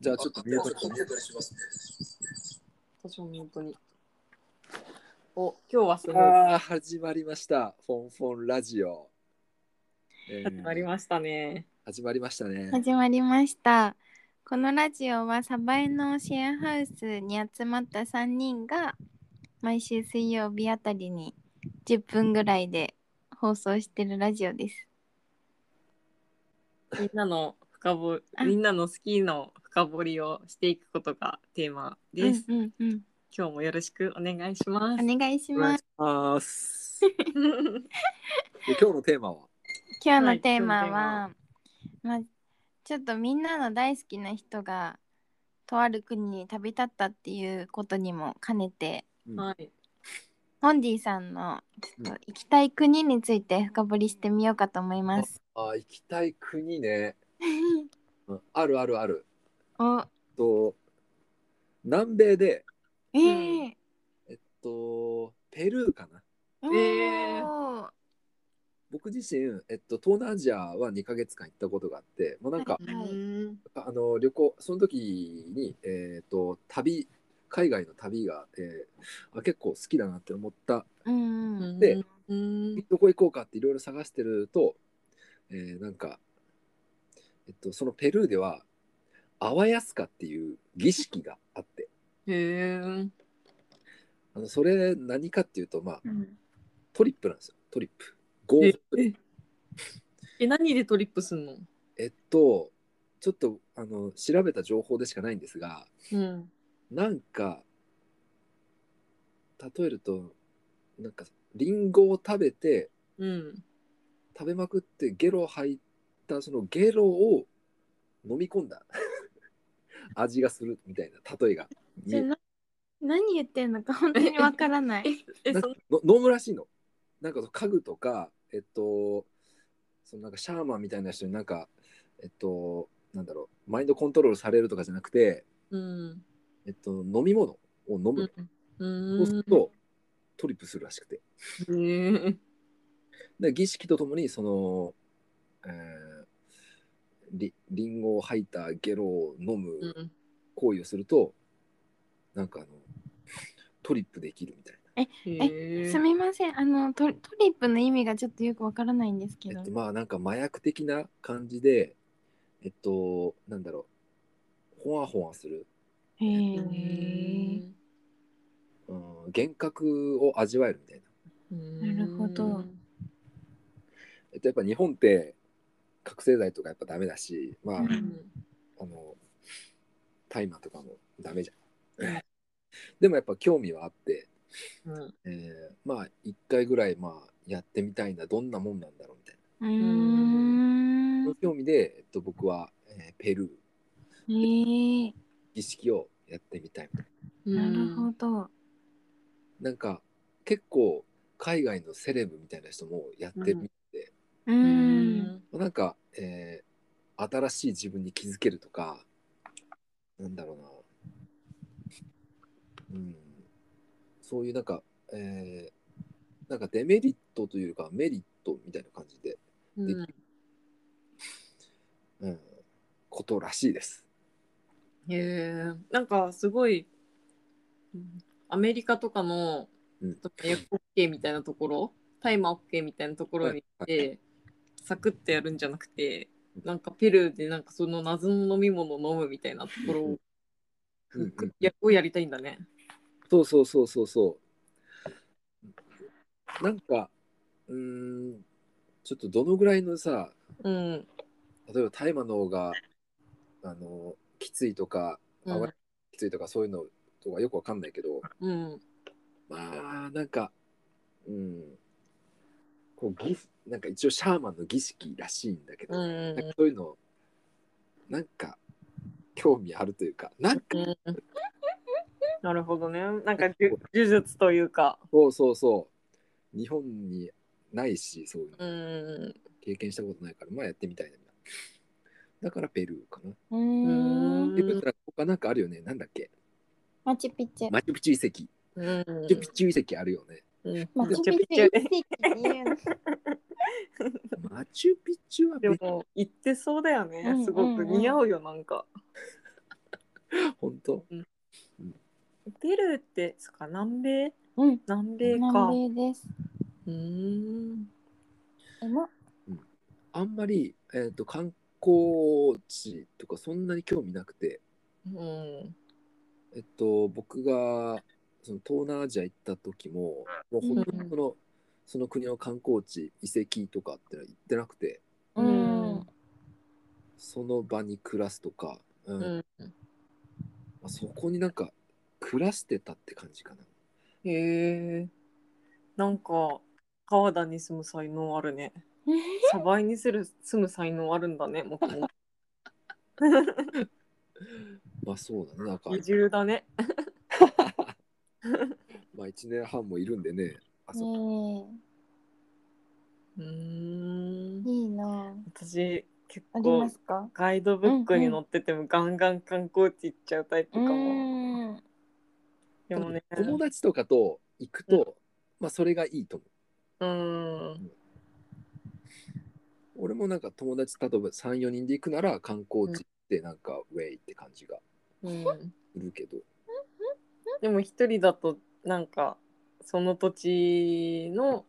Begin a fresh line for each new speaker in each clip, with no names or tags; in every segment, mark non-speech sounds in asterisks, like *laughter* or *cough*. じゃあちょっと見えとくね。
私も本当に。お、今日はすごい。
ああ、始まりました。フォンフォンラジオ。えー
始まりましたね。
始まりましたね。
始まりました。このラジオはサバエのシェアハウスに集まった3人が毎週水曜日あたりに10分ぐらいで放送してるラジオです。
みんなの深掘
あ
みんなの好きの深掘りをしていくことがテーマです。
うんうん
今日もよろしくお願いしま
う
す。
ん、お願いし
お願
ま
い
す
し。ます。で今日のテーマは
今日
はい
のテーマは、
今
まあ、ちょっとみんなの大好きな人がとある国に旅立ったっていうことにも兼ねて
*laughs* はい。
ホンディさんのちょっと行きたい国について深掘りしてみようかと思います。
あー行きたい国ね、うんあるあるある。
お
と南米で、
えー
えっと、ペルーかな。
えー
おー
僕自身、えっと、東南アジアは2ヶ月間行ったことがあって、もうなんか、
はいはい
うん
あの旅行その時に、えー、と旅海外の旅が、えーあ結構好きだなって思った
うんうん
で
うん
どこ行こうかっていろいろ探してると、えーなんか、えっと、そのペルーではアワヤスカっていう儀式があって
へえ。
あのそれ何かっていうと、まあ、
うん
トリップなんですよトリップ。ゴー
えええ何でトリップすんの？
えっとちょっとあの調べた情報でしかないんですが
うん。
なんか例えるとなんかリンゴを食べて
うん。
食べまくってゲロ吐いたそのゲロを飲み込ん
*laughs*
だ味がするみたいな例えが
それ
に
な何言ってんのか本当にわからない
え
なん
そ
か
の
の飲むらしいのなんか家具とかえっとそのなんかシャーマンみたいな人になんかえっとなんだろうマインドコントロールされるとかじゃなくて、
うん。
えっと、飲み物を飲む、
うん。
そうするとトリップするらしくて
へえ
で儀式とともにその、えー、りりんごを吐いたゲロを飲む、
うん。
行為をするとなんかあのトリップできるみたい
へえ
すみませんあのトトリップの意味がちょっとよくわからないんですけ
な、
ど
えっと、まあなんか麻薬的な感じでえっとなんだろうほわほわする、
へ
う
え
ん
うん、幻覚を味わえるみたいな、
なるほど
えっと、やっぱ日本って覚醒剤とかやっぱダメだしまあ、
うん
あの大麻とかもダメじゃ
うん
ん *laughs* でもやっぱ興味はあって、
うん
えーまあ一回ぐらいまあやってみたいなどんなもんなんだろうみたいな
うーん
その興味で、えっと、僕は、えーペルー
えー
儀式をやってみたいみたい
なるほど
ななんか結構海外のセレブみたいな人もやってるみたいで、
う
うんん
なんか、えー新しい自分に気づけるとかなんだろうな、うん、そういうなんか、えーなんかデメリットというかメリットみたいな感じで、
うん
うん、ことらしいです。
へえなんかすごいうんアメリカとかの
うん
薬 OK みたいなところタイマー OK みたいなところに行ってサクッとやるんじゃなくてなんかペルーでなんかその謎の飲み物を飲むみたいなところを
うんうん
やをやりたいんだね。
そうそうそうそうそう。なんか、うーん、ちょっとどのぐらいのさ、
うん
例えば大麻の方が、あの、きついとか、
う
あわ
ん
きついとか、そういうのとかよくわかんないけど、
うん
まあ、なんか、うん、こう儀なんか一応シャーマンの儀式らしいんだけど、
うん
なんかそういうの、なんか、興味あるというか、なんか、
うんなるほどねなんか呪呪術というか。
そうそうそう、日本にないし、そういうの。
うん
経験したことないから、まあやってみたいな。だからペルーかな。
う
う
ーん
ペルーっ
ん
て他なんかあるよね。なんだっけ
マチュピチュ
マチュピチュ遺跡。
うん
マチュピチュ遺跡あるよね。
うん
マチュ
め
ピ
ち
チ
ゃ
ュ
めちゃ
遺跡っていうの
マチュピチュは
で
別
も行ってそうだよね、
うん
すごく
うんうん
似合うよなんか
本当
ペルーってそっか南米
うん。
南米か
南米です。
うーん
でも
あんまり、えー、と観光地とかそんなに興味なくて、
うん
えっと、僕がその東南アジア行った時ももう本当にその,、その国の観光地遺跡とかってのは行ってなくて
うん。
その場に暮らすとか、うん
う
ま
ん
あ、そこになんか暮らしてたって感じかな。
へえなんか川田に住む才能あるねサバイにする住む才能あるんだねもう
まあそうだねなんか、
移住だね
まあ、1年半もいるんでねあそこ
ね
うーん
えいいな
私結
あ。あり
構
ますか
ガイドブックに載っててもガンガン観光地行っちゃうタイプ
う
かも
ん。
でもね
友達とかと行くと、まあそれがいいと思う
うん
俺もなんか友達例えば34人で行くなら観光地ってなんかウェイって感じが
うん
するけど、
でも一人だとなんかその土地
う
の
ん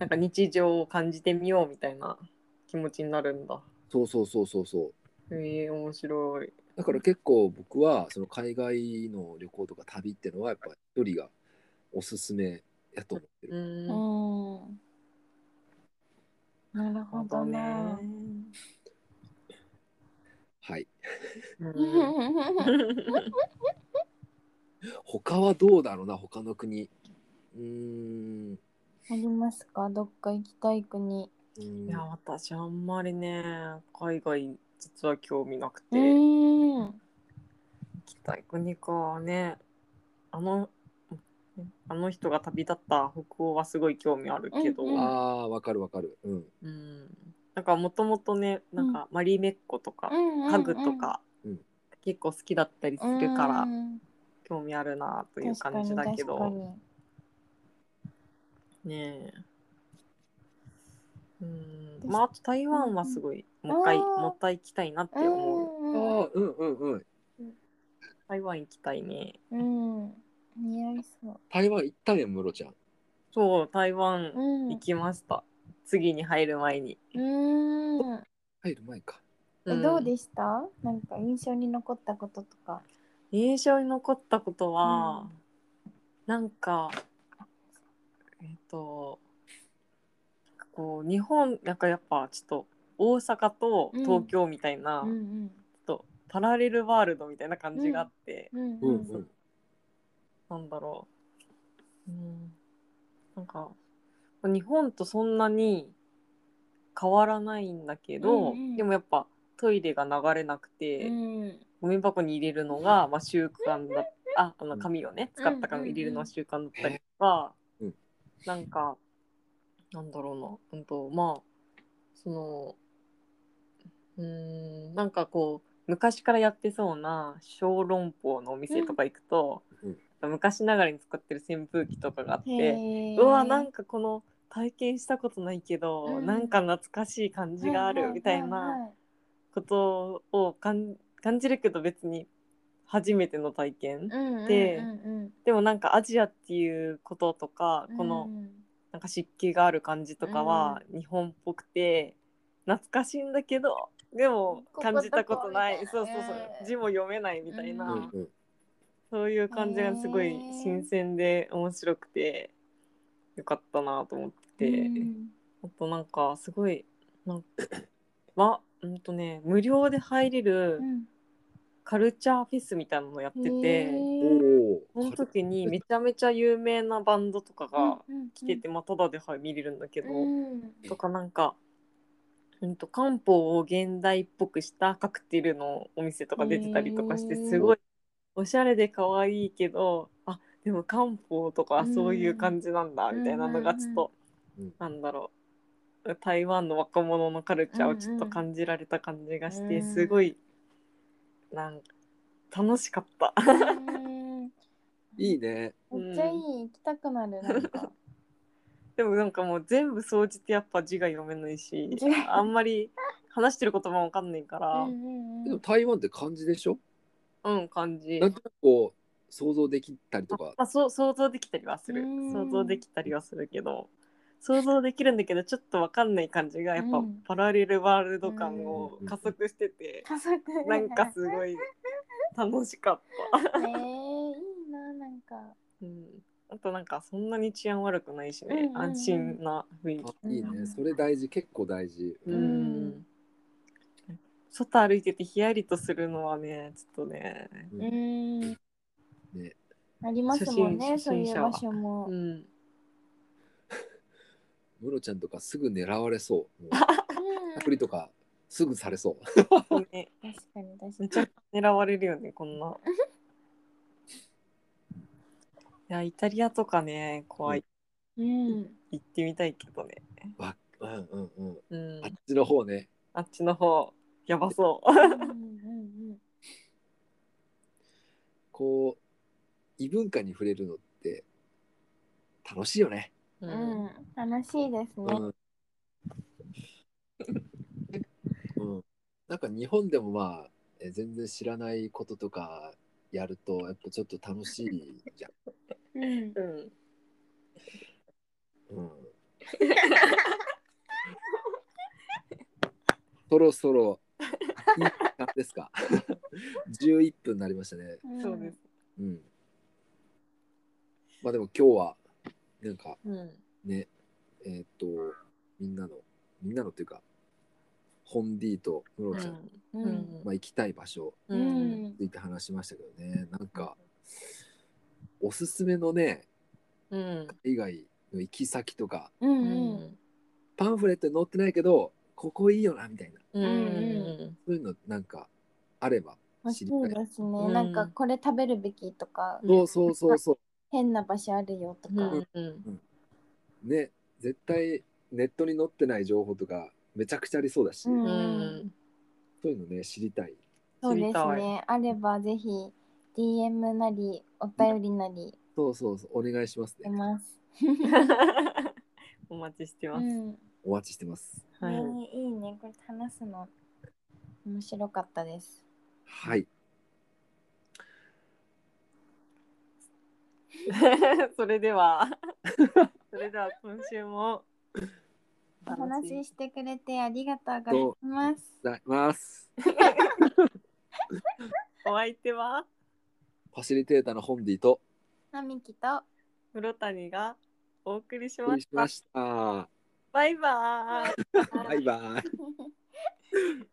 なんか日常を感じてみようみたいな気持ちになるんだ。
そうそうそうそうそう
えー、面白い。
だから結構僕はその海外の旅行とか旅ってのはやっぱ一人がおすすめやと思ってる、
うん
うん。なるほどね。
はい
うん
*laughs*
他はどうだろうな他の国うーんう
ありますかどっか行きたい国。
ー
い
ん
や私あんまりね海外実は興味なくて、行
うん。
きたい国かねあのあの人が旅立った北欧はすごい興味あるけど、
うんうん
あーわかるわかるうん
うんなんかもともとねなんかマリメッコとか家
家
具と。か
うん
結構好きだったりす
うん
るから
うん
興味あるなという感じだけ
確か
ど
に確か
ねえうんまああと台湾はすごいもう一
あ
回
ー
もう一回行きたいなって
に
思う
あ
うん
あうんうんうん
台湾行きたいね
うん。似合いそう。
台湾行ったんやムロちゃん
そう台湾
うん。
行きました、次に入る前に、
うん。
入る前か
えどう
す
でした？なんか印象に残ったこととか。
印象に残ったことは、なんかえっ、とこう日本なんかやっぱちょっと大阪と東京みたいな、ちょっ
ん
とパラレルワールドみたいな感じがあって、
うん
うん
う。
うんん
なんだろう、うん、なんか日本とそんなに変わらないんだけど、
うんうん
でもやっぱトイレが流れなくて。
うん
ゴミ箱に入れるのが、まあ、習慣だああの紙をね
うん
使った紙を入れるのは習慣だったりとか、
うんうん
なんかなんだろうなうんとまあそのうーんなんかこう昔からやってそうな小籠包のお店とか行くと、
うん
昔ながらに使ってる扇風機とかがあっ
へ
て、
ー
うわなんかこの体験したことないけど、
うん
なんか懐かしい感じがあるみたいな。
はは
ことを感感じるけど別に初めての体験、
はいはい
で
うんうんうん
でもなんかアジアっていうこととか、
うん
このなんか湿気がある感じとかは日本っぽくて懐かしいんだけどでも
ここ
感じたことない
どこ
そ
み
うそ
たいうな
そう、
えー
字も読めないみたいな、
うんうん
そういう感じがすごい新鮮で面白くてよかったなと思って。
うん
あとなんかすごいなんか *coughs* まうんとね無料で入れる
うん
カルチャーフェスみたいなのやって
へ
て、
ー
お
その
お
時にめちゃめちゃ有名なバンドとかが
うんうん
来てて、まあ、ただではい見れるんだけど、
うん
とかなんか、うん、と漢方を現代っぽくしたカクテルのお店とか出てたりとかして
へー
すごいおしゃれで可愛いけどあでも漢方とかそういう感じなんだ
うん
みたいなのがちょっと、
うん
なんだろう台湾の若者のカルチャーをちょっと感じられた感じがして、
うんうん
すごいなんか楽しかった。 *laughs*
うん
いいね
めっちゃいい行きたくなるなんか。
でもなんかもう全部掃除ってやっぱ字が読めないし
字が
あんまり話してる言葉もわかんないから、
うんうんうん
でも台湾って漢字でしょ
うん感じ
なんとなくこう想像できたりとか
あそう想像できたりはする
うん
想像できたりはするけど想像できるんだけどちょっとわかんない感じがやっぱ
うん
パラレルワールド感を加速してて
家族
なんかすごい楽しかった、
えー、いいななんか *laughs*
うん、あとなんかそんなに治安悪くないしね、
うんうんうん
安心な雰囲気
あいいねそれ大事結構大事、
うん、
ん
外歩いててヒヤリとするのはねちょっとね
うん
ね
ありますもんね
初心
そ
初心
ういう
者は
場所も、
うん
ムロちゃんとかすぐ狙われそうもう
うん
アプリとかすぐされそう
ね
確かに確か
め
に
ちゃくちゃ狙われるよねこんな。いやイタリアとかね怖い
うん
行ってみたいけどね、
わうんうんうん
うん
あっ、ちの方ね
あっちの方やばそ
うんうん
こう異文化に触れるのって楽しいよね、
う。う
うん、うん
ん、
楽しいですね、
うんうん、なんか日本でもまあえ全然知らないこととかやるとやっぱちょっと楽しいじゃん、
うん
うん
うん、そろそろいい時間ですか11分になりましたね
そうです。
うんまあでも今日はなんか
うん、
ねえーっとみんなのみんなのっていうかホンディとムロちゃん、
う
うん
ん
まあ、行きたい場所
う
うんん、
について話しましたけどねなんかおすすめのね
うん
以外の行き先とか
うん
う
うん
ん
パンフレットに載ってないけどここいいよなみたいな
うんうん
そういうのなんかあれば
欲し
知り
い
たい
ですね、
うん
なんかこれ食べるべきとか
そうそうそうそ
変な場所あるよとか、
うんうん
うね絶対ネットに載ってない情報とかめちゃくちゃありそうだし、
うん
うん
そういうのね知りたい
そうで
知り
す
た
ねあればぜひ DM なりお便りなり
そうそうそうお願いします
出
ね
ます、
お待ちして
う
ます。
ん
お待ちしてます
はい、
ねいいねこれ話すの面白かったです
はい
それではそれでは今週も
お話ししてくれてありがとうございます
ございます
お相手は
ファシリテーターのホンディと
なみきと
室谷がお送りし
お送
ま
り
し
したま。した
*laughs*
バイバーイ。
バイバイ